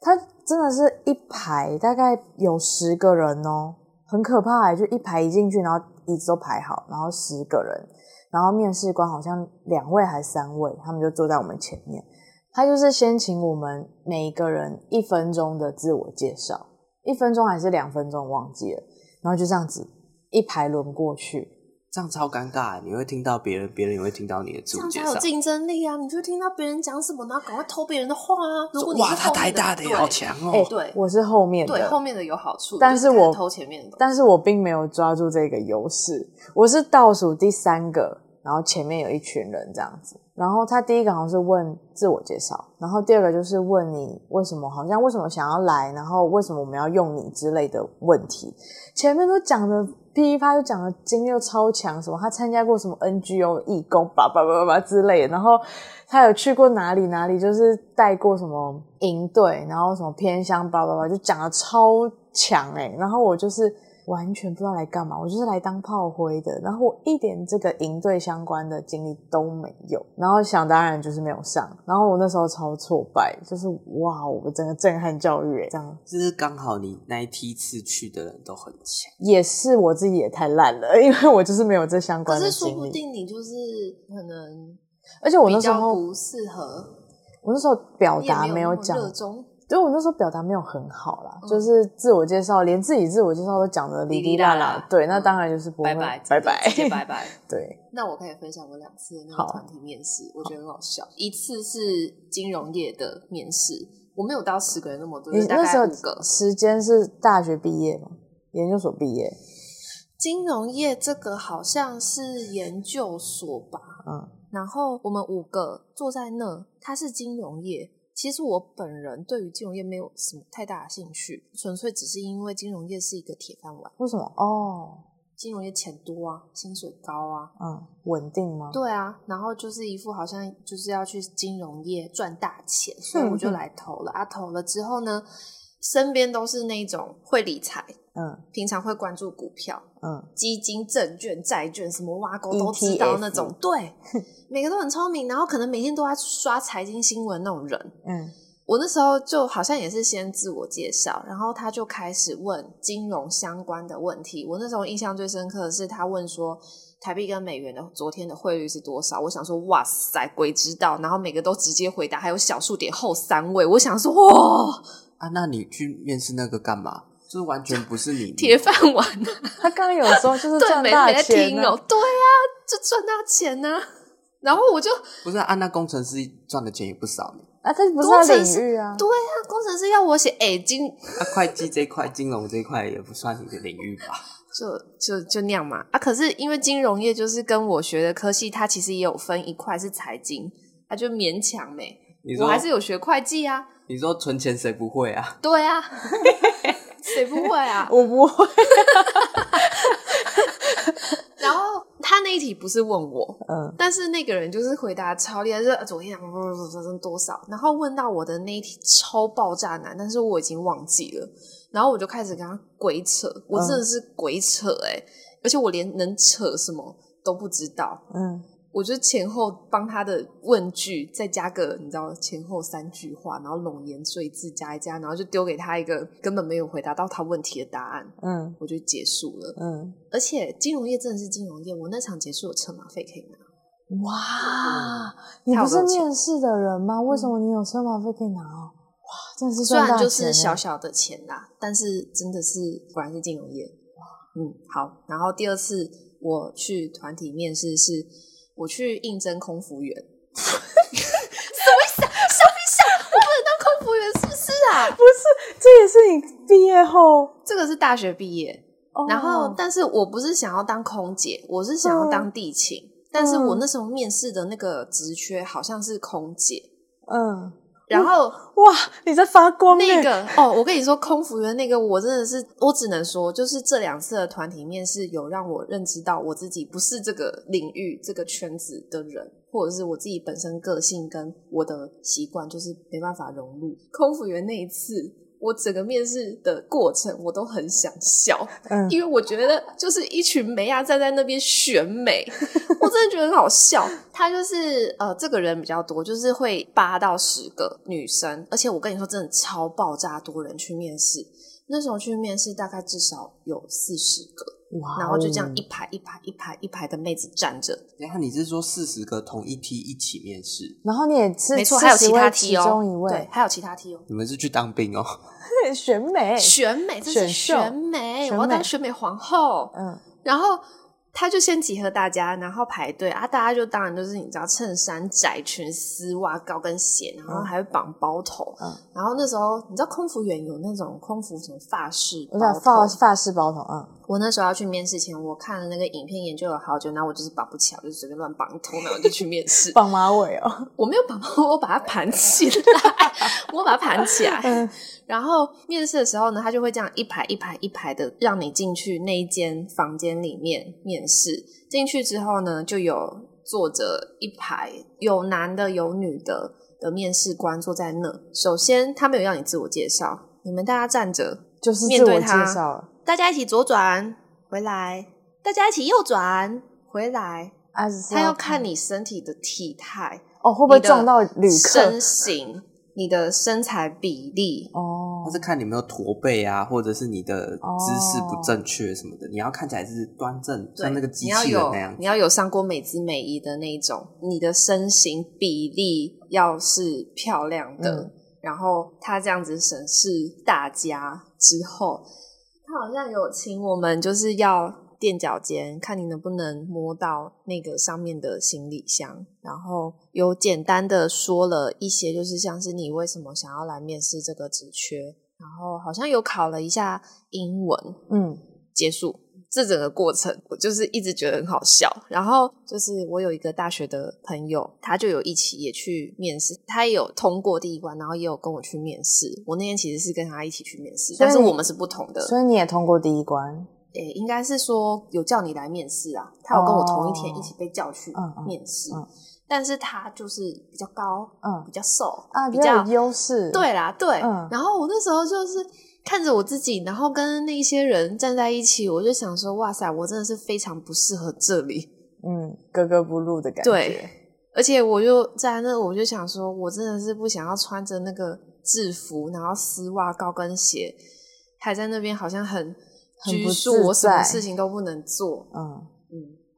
C: 他真的是一排大概有十个人哦，很可怕欸，就一排一进去，然后椅子都排好，然后十个人，然后面试官好像两位还三位，他们就坐在我们前面。他就是先请我们每一个人一分钟的自我介绍，一分钟还是两分钟忘记了，然后就这样子一排轮过去，
A: 这样超尴尬。欸你会听到别人，别人也会听到你的自
B: 这
A: 我
B: 样
A: 介
B: 才
A: 绍
B: 有。竞争力啊！你就听到别人讲什么，然后赶快偷别人的话啊！如果你是
A: 哇，他
B: 后面
A: 台大的
B: 对
A: 也好强哦、
C: 哎、
B: 对
C: 我是后面的，
B: 对后面的有好处，
C: 但
B: 就是
C: 我
B: 看偷前面的，
C: 但是我并没有抓住这个优势，我是倒数第三个，然后前面有一群人这样子。然后他第一个好像是问自我介绍，然后第二个就是问你为什么，好像为什么想要来，然后为什么我们要用你之类的问题。前面都讲的噼里啪啦，就讲的经历又超强，什么他参加过什么 NGO 义工，叭叭叭叭叭之类的，然后他有去过哪里哪里，就是带过什么营队，然后什么偏乡，叭叭叭，就讲的超强哎、然后我就是完全不知道来干嘛，我就是来当炮灰的，然后我一点这个营队相关的经历都没有，然后想当然就是没有上，然后我那时候超挫败，就是哇，哦我整个震撼教育、欸、这样
A: 就是刚好你那一梯次去的人都很强，
C: 也是我自己也太烂了，因为我就是没有这相
B: 可
C: 关的
B: 是说
C: 经
B: 不
C: 历。
B: 定你就是可能
C: 而且我
B: 比
C: 那时
B: 较
C: 候
B: 不适合，
C: 我那时候表
B: 你也
C: 达没有
B: 那么
C: 讲
B: 热衷，
C: 所以我那时候表达没有很好啦，
B: 嗯
C: 就是自我介绍，连自己自我介绍都讲的哩
B: 哩哩
C: 哩啦
B: 啦啦
C: 对，那
B: 嗯
C: 当然就是不会
B: 拜拜，
C: 拜
B: 直接拜拜。
C: 对，
B: 那我可以分享我两次的那
C: 好
B: 个团体面试，我觉得很好笑。一次是金融业的面试，我没有到十个人那么多，
C: 你
B: 就大
C: 那时
B: 概五
C: 候
B: 个。
C: 时间是大学毕业吗？研究所毕业，
B: 金融业这个好像是研究所吧，
C: 嗯，
B: 然后我们五个坐在那，他是金融业。其实我本人对于金融业没有什么太大的兴趣，纯粹只是因为金融业是一个铁饭碗，
C: 为什么？哦，
B: 金融业钱多啊，薪水高啊，
C: 嗯，稳定吗？
B: 对啊，然后就是一副好像就是要去金融业赚大钱，所以我就来投了。啊，投了之后呢，身边都是那种会理财，
C: 嗯
B: 平常会关注股票、
C: 嗯，
B: 基金、证券、债券，什么挖沟都知道
C: ETF
B: 那种。 对，每个都很聪明，然后可能每天都在刷财经新闻那种人。
C: 嗯
B: 我那时候就好像也是先自我介绍，然后他就开始问金融相关的问题。我那时候印象最深刻的是他问说台币跟美元的昨天的汇率是多少？我想说哇塞，鬼知道！然后每个都直接回答，还有小数点后三位。我想说哇，
A: 啊，那你去面试那个干嘛？就是完全不是 你
B: 铁饭碗啊！
C: 他刚刚有时候就 是
B: 对，
C: 赚
B: 没
C: 大
B: 没在
C: 钱
B: 听
C: 啊
B: 哦，对啊，就赚大钱呐、然后我就
A: 不是啊，啊那工程师赚的钱也不少呢。
C: 啊，这不是
B: 工
C: 他
B: 程
C: 领
B: 师
C: 域啊，
B: 对啊，工程师要我写哎金
A: 啊，会计这一块、金融这一块也不算你的领域吧？
B: 就就就那样嘛啊！可是因为金融业就是跟我学的科系，它其实也有分一块是财经，它就勉强没、
A: 你
B: 我
A: 说
B: 还是有学会计啊，
A: 你说存钱谁不会啊？
B: 对啊，谁不会啊？
C: 我不会，
B: 然后他那一题不是问我，
C: 嗯
B: 但是那个人就是回答超厉害，就是呃昨天不不不不嗯多少，然后问到我的那一题超爆炸难，但是我已经忘记了，然后我就开始跟他鬼扯，我真的是鬼扯哎、而且我连能扯什么都不知道。
C: 嗯，
B: 我就前后帮他的问句再加个，你知道前后三句话，然后冗言赘字加一加，然后就丢给他一个根本没有回答到他问题的答案，
C: 嗯
B: 我就结束了。
C: 嗯，
B: 而且金融业真的是金融业，我那场结束有车马费可以拿，
C: 哇
A: 哇，
C: 你
B: 他
C: 嗯不
B: 有
C: 是
B: 多钱
C: 面试的人吗？为什么你有车马费可以拿哦？哇，真的是
B: 虽
C: 赚
B: 然
C: 大
B: 就是
C: 钱
B: 小
C: 欸！
B: 小的钱啦，但是真的是果然是金融业。嗯，好。然后第二次我去团体面试是，我去应征空服员。什么意思啊？笑一笑，我不能当空服员是不是啊？
C: 这也是你毕业后，
B: 这个是大学毕业，
C: 哦
B: 然后但是我不是想要当空姐，我是想要当地勤。但是我那时候面试的那个职缺好像是空姐，
C: 嗯，
B: 然后
C: 哇，你在发光欸
B: 那个哦，我跟你说，空服员那个，我真的是，我只能说，就是这两次的团体面试有让我认知到我自己不是这个领域、这个圈子的人，或者是我自己本身个性跟我的习惯，就是没办法融入。空服员那一次，我整个面试的过程，我都很想笑。
C: 嗯
B: 因为我觉得就是一群梅亚站在那边选美，我真的觉得很好笑。他就是呃，这个人比较多，就是会八到十个女生，而且我跟你说，真的超爆炸多人去面试。那时候去面试大概至少有四十个，
C: 哇
B: 然后就这样
C: 哦
B: 一排一排一排一排的妹子站着，
A: 等一下你是说四十个同一批一起面试？
C: 然后你也是
B: 没错，还有
C: 40
B: 其他
C: 位
B: 梯
C: 其
B: 哦，
C: 中一
B: 对
C: 位，
B: 还有其他梯哦。
A: 你们是去当兵哦？
C: 对，选美，
B: 选美，这
C: 哎选
B: 是
C: 秀
B: 选美，
C: 选
B: 我要
C: 美
B: 当选美皇后。
C: 嗯
B: 然后他就先集合大家，然后排队啊，大家就当然就是你知道衬衫、窄裙、丝袜、高跟鞋，然后还会绑包头。
C: 嗯，
B: 然后那时候你知道空服员有那种空服什么发饰
C: 我
B: 包
C: 想发
B: 头，
C: 发式包头，嗯，。
B: 我那时候要去面试前，我看了那个影片研究了好久，然后我就是绑不起来，我就随便乱绑一通，然后我就去面试
C: 绑马尾哦，
B: 我没有绑包，我把它盘起来， 我把它盘起来。
C: 嗯
B: 然后面试的时候呢，他就会这样一排一排一排的让你进去那一间房间里面面试。进去之后呢，就有坐着一排，有男的有女的的面试官坐在那。首先，他没有让你自我介绍，你们大家站着，
C: 就是
B: 面
C: 自
B: 对
C: 我介
B: 他
C: 绍了
B: 大家一起左转回来，大家一起右转回来。
C: 啊，是
B: 他要看你身体的体态、
C: 哦，会不会
B: 你的
C: 撞到旅客
B: 身形、你的身材比例，
C: 哦，
A: 它是看你有没有驼背啊，或者是你的姿势不正确什么的。你要看起来是端正，
B: 哦对
A: 像那个机
B: 你要
A: 器人
B: 有
A: 那样
B: 你。要有上过美姿美仪的那一种，你的身形比例要是漂亮的，
C: 嗯
B: 然后他这样子审视大家之后，他好像有请我们就是要垫脚尖，看你能不能摸到那个上面的行李箱，然后有简单的说了一些，就是像是你为什么想要来面试这个职缺，然后好像有考了一下英文，
C: 嗯，
B: 结束。这整个过程，我就是一直觉得很好笑。然后就是我有一个大学的朋友，他就有一起也去面试，他也有通过第一关，然后也有跟我去面试。我那天其实是跟他一起去面试，
C: 所以
B: 但是
C: 你
B: 我们是不同的。
C: 所以你也通过第一关，
B: 诶，应该是说有叫你来面试啊，他有跟我同一天
C: 哦
B: 一起被叫去
C: 嗯嗯
B: 面试，
C: 嗯
B: 但是他就是比较高，
C: 嗯
B: 比较瘦
C: 啊，
B: 比
C: 比较
B: 较
C: 有优势，
B: 对啦，对。
C: 嗯
B: 然后我那时候就是看着我自己，然后跟那些人站在一起，我就想说，哇塞，我真的是非常不适合这里。
C: 嗯，格格不入的感觉，
B: 对，而且我就在那，我就想说，我真的是不想要穿着那个制服，然后丝袜、高跟鞋，还在那边好像很
C: 很
B: 拘
C: 不
B: 束
C: 自，
B: 我什么
C: 在
B: 事情都不能做。
C: 嗯，
B: 嗯，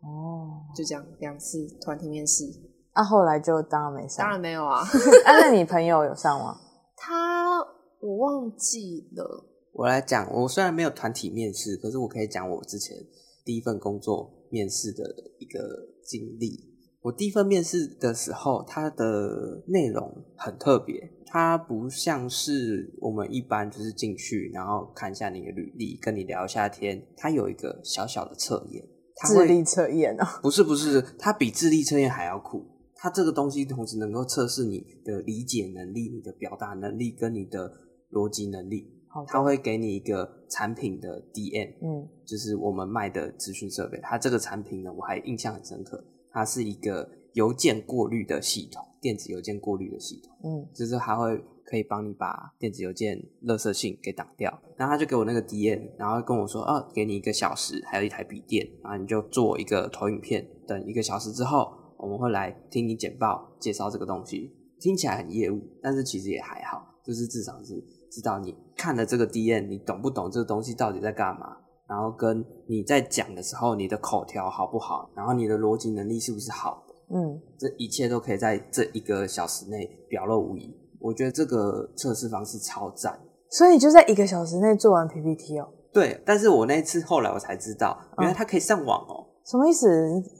C: 哦，
B: 就这样两次团体面试，
C: 啊，后来就当然没上，
B: 当然没有啊，
C: 啊，那你朋友有上吗？
B: 他我忘记了。
A: 我来讲，我虽然没有团体面试，可是我可以讲我之前第一份工作面试的一个经历。我第一份面试的时候，它的内容很特别，它不像是我们一般就是进去然后看一下你的履历，跟你聊一下天。它有一个小小的测验，它
C: 智
A: 会
C: 力测验哦，
A: 不是不是，它比智力测验还要酷。它这个东西同时能够测试你的理解能力、你的表达能力跟你的逻辑能力。
C: 好的
A: 它会给你一个产品的 DM，
C: 嗯
A: 就是我们卖的资讯设备。它这个产品呢，我还印象很深刻，它是一个邮件过滤的系统，电子邮件过滤的系统。
C: 嗯
A: 就是它会可以帮你把电子邮件垃圾信给挡掉。然后他就给我那个 DM，然后跟我说，啊，给你一个小时，还有一台笔电，然后你就做一个投影片，等一个小时之后，我们会来听你简报介绍这个东西。听起来很业务，但是其实也还好，就是至少是知道你看了这个 DM，你懂不懂这个东西到底在干嘛。然后跟你在讲的时候，你的口条好不好，然后你的逻辑能力是不是好，
C: 嗯，
A: 这一切都可以在这一个小时内表露无遗。我觉得这个测试方式超赞。
C: 所以你就在一个小时内做完 PPT 哦，
A: 对，但是我那一次后来我才知道，原来它可以上网哦。
C: 什么意思？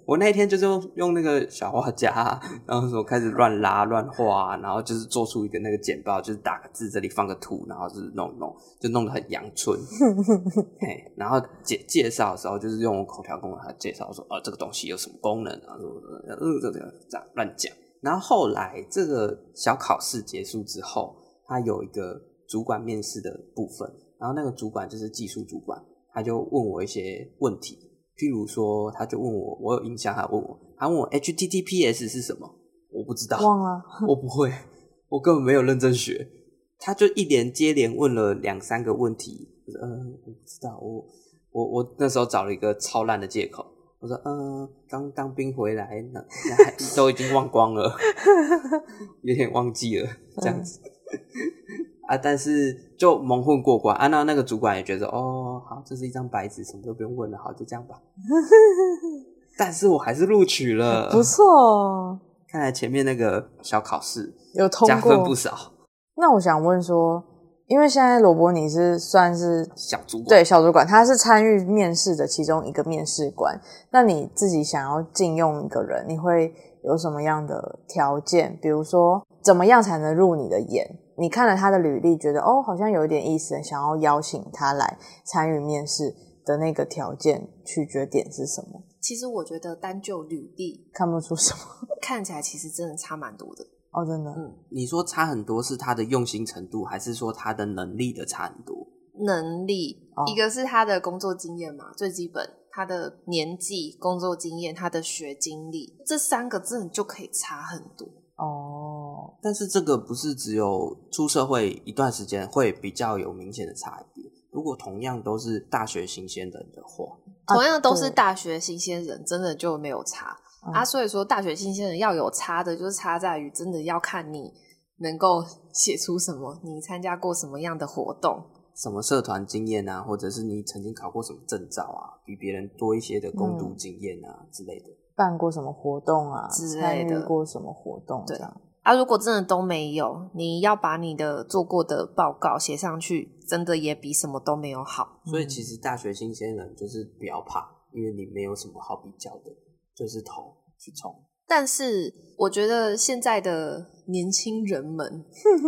A: 我那一天就是用用那个小画家，然后我开始乱拉乱画，啊然后就是做出一个那个简报，就是打个字，这里放个图，然后就是弄弄，就弄得很阳春。嘿，然后介介绍的时候，就是用我口条跟我他介绍说，啊，这个东西有什么功能啊，什么什么嗯，这个这样乱讲。然后后来这个小考试结束之后，他有一个主管面试的部分，然后那个主管就是技术主管，他就问我一些问题，譬如说，他就问我，我有印象，他问我，他问我 HTTPS 是什么，我不知道，
C: 忘了，
A: 我不会，我根本没有认真学。他就一连接连问了两三个问题，我说嗯，我不知道，我我我那时候找了一个超烂的借口，我说嗯，刚当兵回来，那那还都已经忘光了， 有点忘记了这样子。 啊，但是就蒙混过关。啊，那那个主管也觉得哦，好，这是一张白纸，什么都不用问了，好，就这样吧。但是我还是录取了，
C: 不错哦，
A: 看来前面那个小考试
C: 有通
A: 加分
C: 过
A: 不。少，
C: 那我想问说，因为现在罗伯你是算是
A: 小主管
C: 对小主管，他是参与面试的其中一个面试官。那你自己想要禁用一个人，你会有什么样的条件？比如说，怎么样才能入你的眼？你看了他的履历，觉得哦，好像有一点意思，想要邀请他来参与面试的那个条件取决点是什么？
B: 其实我觉得单就履历
C: 看不出什么
B: 看起来，其实真的差蛮多的。
C: 哦，真的，
A: 你说差很多是他的用心程度，还是说他的能力的差很多？
B: 能力，
C: 哦
B: 一个是他的工作经验嘛，最基本，他的年纪、工作经验、他的学经历，这三个真的就可以差很多。
C: 哦，
A: 但是这个不是只有出社会一段时间会比较有明显的差别。如果同样都是大学新鲜人的话，
C: 啊
B: 同样都是
C: 对
B: 大学新鲜人，真的就没有差、
C: 嗯
B: 啊。所以说，大学新鲜人要有差的，就是差在于真的要看你能够 写出什么，你参加过什么样的活动，
A: 什么社团经验啊，或者是你曾经考过什么证照啊，比别人多一些的攻
C: 嗯
A: 读经验啊、之类的。
C: 办过什么活动啊，
B: 之类
C: 参与
B: 的
C: 过什么活动这
B: 对
C: 样。
B: 啊，如果真的都没有，你要把你的做过的报告写上去，真的也比什么都没有好。
A: 所以其实大学新鲜人就是不要怕，因为你没有什么好比较的，就是投去冲。
B: 但是我觉得现在的年轻人 们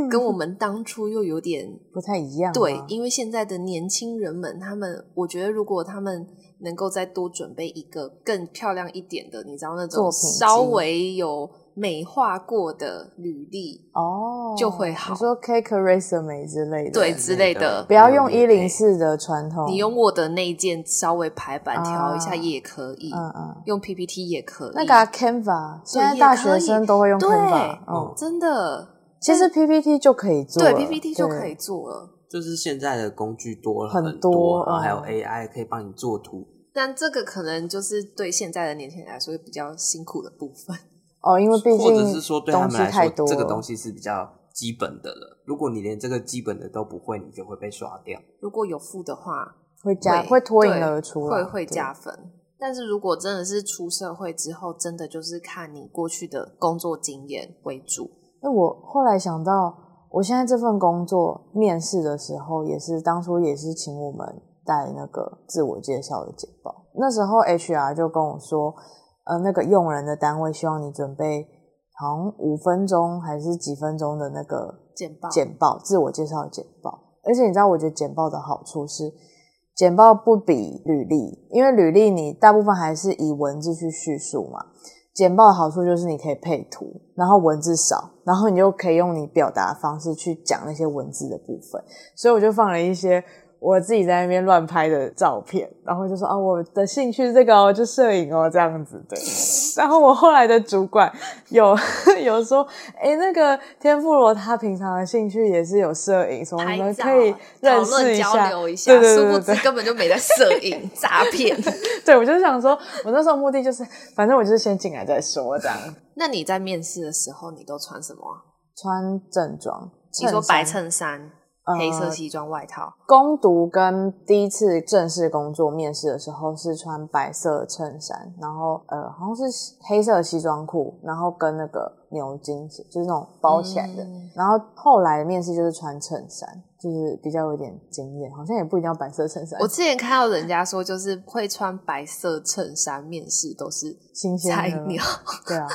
B: 跟我们当初又有点
C: 不太一样、啊，
B: 对，因为现在的年轻人们，他们我觉得如果他们能够再多准备一个更漂亮一点的，你知道那种
C: 作品集
B: 稍微有美化过的履历，
C: 哦，
B: 就会好
C: 你说 cake resume 之类的，
B: 对之类的
C: 不要用一零，四的传统，
B: 你用 Word 那一件稍微排版调一下
C: 哦啊
B: 也可以，
C: 嗯嗯，
B: 用 PPT 也可以。
C: 那个啊 Canva，现在
B: 也
C: 大
B: 可
C: 学
B: 以
C: 生都会用
B: 对
C: Canva，嗯，
A: 哦
B: 真的，
C: 其实 PPT 就可以做了，
B: 对 PPT 就可以做了。
A: 就是现在的工具多了
C: 很
A: 很
C: 多
A: 然后还有
C: 嗯
A: AI 可以帮你做图，
B: 但这个可能就是对现在的年轻人来说比较辛苦的部分。
C: 哦，因为毕
A: 或者
C: 竟
A: 是说对他
C: 东
A: 们
C: 西
A: 来
C: 太
A: 说，
C: 多了，
A: 这个东西是比较基本的了。如果你连这个基本的都不会，你就会被刷掉。
B: 如果有付的话，
C: 会加
B: 会
C: 会脱颖
B: 对
C: 而出啊啦，
B: 会会
C: 对
B: 加分。但是如果真的是出社会之后，真的就是看你过去的工作经验为主。
C: 那我后来想到，我现在这份工作面试的时候，也是当初也是请我们带那个自我介绍的简报。那时候 HR 就跟我说，呃，那个用人的单位希望你准备好像五分钟还是几分钟的那个
B: 简报
C: 简报自我介绍的简报。而且你知道，我觉得简报的好处是，简报不比履历，因为履历你大部分还是以文字去叙述嘛。简报的好处就是你可以配图，然后文字少，然后你就可以用你表达的方式去讲那些文字的部分。所以我就放了一些我自己在那边乱拍的照片，然后就说啊，我的兴趣是这个哦，就摄影哦这样子的。然后我后来的主管有 有说，哎，那个天妇罗他平常的兴趣也是有摄影，什么你们可
B: 啊
C: 以认识一下， 对对对对对
B: 根本就没在 摄影诈骗。
C: 对，我就想说，我那时候目的就是，反正我就是先进来再说这样。
B: 那你在面试的时候，你都穿什么啊？
C: 穿正装，
B: 你说白衬
C: 衬衫
B: 衫、
C: 呃
B: 黑色西装外套，
C: 攻读跟第一次正式工作面试的时候是穿白色衬衫，然后呃好像是黑色西装裤，然后跟那个牛津鞋，就是那种包起来的。
B: 嗯
C: 然后后来面试就是穿衬衫，就是比较有点经验，好像也不一定要白色衬衫。
B: 我之前看到人家说，就是会穿白色衬衫面试都是
C: 新鲜
B: 菜
C: 的吗
B: 鸟。
C: 对 啊。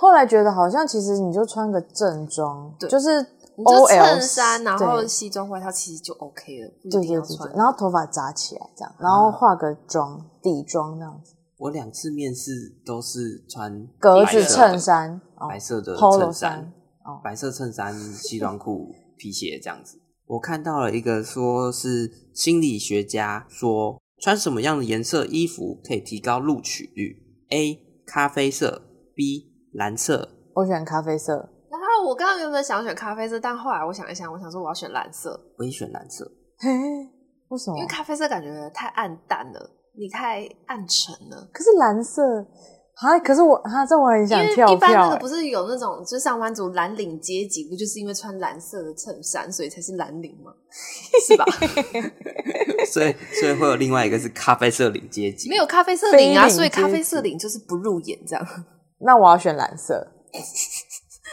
C: 后来觉得好像其实你就穿个正装，
B: 对
C: 就是
B: 你就
C: OL
B: 衬衫，然后
C: 对
B: 西装外套，其实就 OK 了，不
C: 对
B: 一定
C: 对
B: 要
C: 对
B: 穿啊
C: 对，。然后头发扎起来这样，然后化个妆、底妆那样子，
A: 我两次面试都是穿
C: 格
A: 白色
C: 子
A: 的
C: 衬、衫，哦
A: 白色的
C: polo
A: 衬
C: 衫
A: 衫、
C: 哦
A: 白色衬衫、西装裤、皮鞋这样子。我看到了一个说是心理学家说，穿什么样的颜色衣服可以提高录取率？A. 咖啡色，B. 蓝色。
C: 我喜欢咖啡色，
B: 然后我刚刚原本想选咖啡色，但后来我想一想，我想说我要选蓝色，
A: 我也选蓝色，
C: 嘿，为什么
B: 因为？咖啡色感觉太暗淡了，你太暗沉了。
C: 可是蓝色啊，可是我啊，这我很
B: 因
C: 想
B: 为
C: 跳
B: 一般那
C: 票、
B: 个
C: 欸
B: 不。是有那种，就是上班族蓝领阶级，不就是因为穿蓝色的衬衫，所以才是蓝领吗？是吧？
A: 所以所以会有另外一个是咖啡色领阶级。哦
B: 没有咖啡色领啊，
C: 非领
B: 所以咖
C: 阶
B: 啡
C: 级
B: 色领就是不入眼这样。
C: 那我要选 蓝色，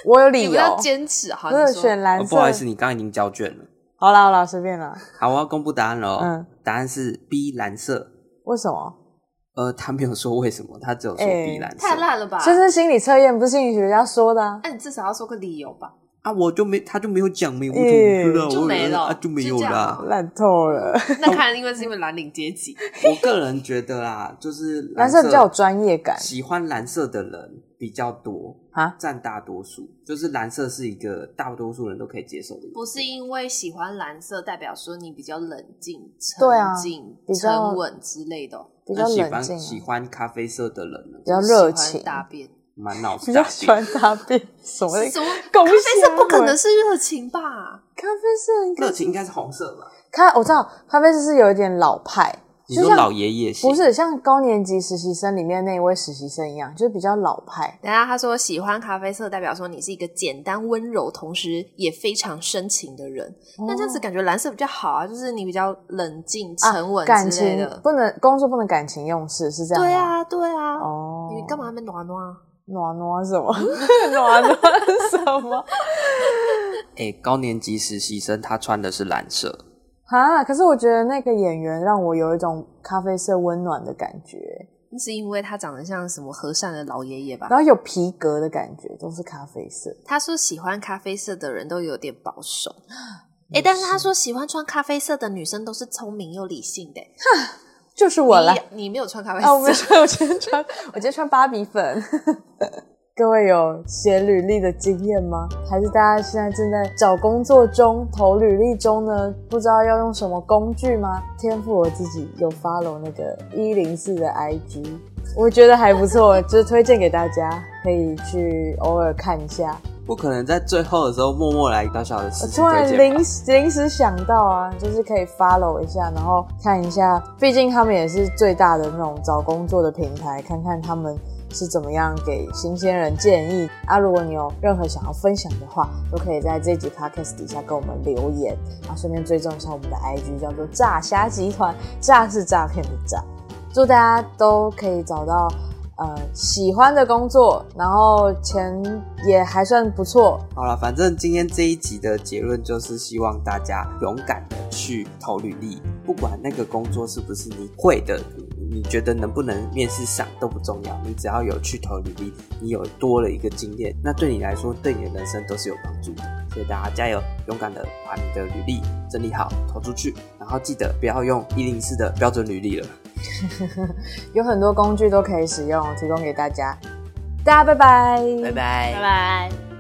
C: 我有理
B: 你
C: 由
B: 们，要坚持哈，
C: 我有
B: 你说
C: 选蓝
A: 哦
C: 色。
A: 不好意思，你刚刚已经交卷了。
C: 好啦好啦，随便啦。
A: 好，我要公布答案了哦。
C: 嗯
A: 答案是 B 蓝色。
C: 为什么？
A: 呃，他没有说为什么，他只有说
C: 哎
A: B 蓝色。
B: 太烂了吧？
C: 这是心理测验，不是心理学家 说的、啊。
B: 那你至少要说个理由吧。
A: 啊，我就没，他就没有讲明，我怎
C: 耶
A: 么知道？
B: 就
A: 我以
B: 没
A: 为
B: 了
A: 啊，就没有
B: 就这样
A: 啦
B: 啊。
C: 烂透了，
B: 那看来因为是因为蓝领阶级，
A: 我个人觉得啦，就是
C: 蓝
A: 色
C: 色比较有专业感
A: 喜欢蓝色的人比较多，
C: 啊！
A: 占大多数。就是蓝色是一个大多数人都可以接受的。
B: 不是因为喜欢蓝色代表说你比较冷静、
C: 对啊
B: 沉静、
C: 比较
B: 沉稳之类的哦，
C: 比较
A: 那喜
C: 冷
A: 欢
C: 静、
A: 喜
C: 啊，
A: 欢咖啡色的人呢，
C: 比较热
B: 喜
C: 情
B: 欢，大便。
A: 满脑子
C: 比较
A: 大
C: 喜
A: 便
C: 欢大便。什么？
B: 什么？
C: 搞
B: 咖
C: 不
B: 啡色 不
C: 下
B: 可
C: 来
B: 能是热情吧？
C: 咖啡色应该
A: 热情应该是红色吧？
C: 咖，我知道咖啡色是有一点老派，
A: 你
C: 就
A: 说
C: 像
A: 老爷爷型
C: 不是像高年级实习生里面那一位实习生一样，就是比较老派。
B: 等一下他说喜欢咖啡色，代表说你是一个简单温柔，同时也非常深情的人。那这样子感觉蓝色比较好啊，就是你比较冷静、
C: 哦啊
B: 沉稳
C: 感
B: 之类
C: 情
B: 的。
C: 不能工作不能感情用事，是这样吗？
B: 对，啊，对啊。
C: 哦，
B: 你干嘛那边暖啊暖？
C: 暖暖什么？ 暖暖什 么？
A: 哎、高年级实习生他穿的是蓝色，
C: 啊！可是我觉得那个演员让我有一种咖啡色温暖的感觉，
B: 那是因为他长得像什么和善的老爷爷吧
C: 然？后有皮革的感觉，都是咖啡色。
B: 他说喜欢咖啡色的人都有点保守。 哎、但是他说喜欢穿咖啡色的女生都是聪明又理性的、
C: 就是我啦。
B: 你，你没有穿咖啡色，
C: 啊，我没 穿，我今天穿，我今天穿芭比粉。各位有写履历的经验吗？还是大家现在正在找工作中、投履历中呢？不知道要用什么工具吗？天赋我自己有 follow 那个一零四的 IG，我觉得还不错，就是推荐给大家，可以去偶尔看一下。
A: 不可能在最后的时候默默来小小的事
C: 我
A: 情
C: 突然
A: 推荐吧
C: 临时临时想到啊，就是可以 follow 一下，然后看一下，毕竟他们也是最大的那种找工作的平台，看看他们是怎么样给新鲜人建议啊。如果你有任何想要分享的话，都可以在这集 podcast 底下跟我们留言，然后顺便追踪一下我们的 IG，叫做诈虾集团，诈是诈骗的诈。祝大家都可以找到呃喜欢的工作，然后钱也还算不错，
A: 好了，反正今天这一集的结论就是希望大家勇敢的去投履历，不管那个工作是不是你会的，你你觉得能不能面试上都不重要，你只要有去投履历，你有多了一个经验，那对你来说，对你的人生都是有帮助的。所以大家加油，勇敢的把你的履历整理好，投出去，然后记得不要用一零四的标准履历了。
C: 有很多工具都可以使用，提供给大家。大家拜拜，
A: 拜拜，拜
D: 拜拜。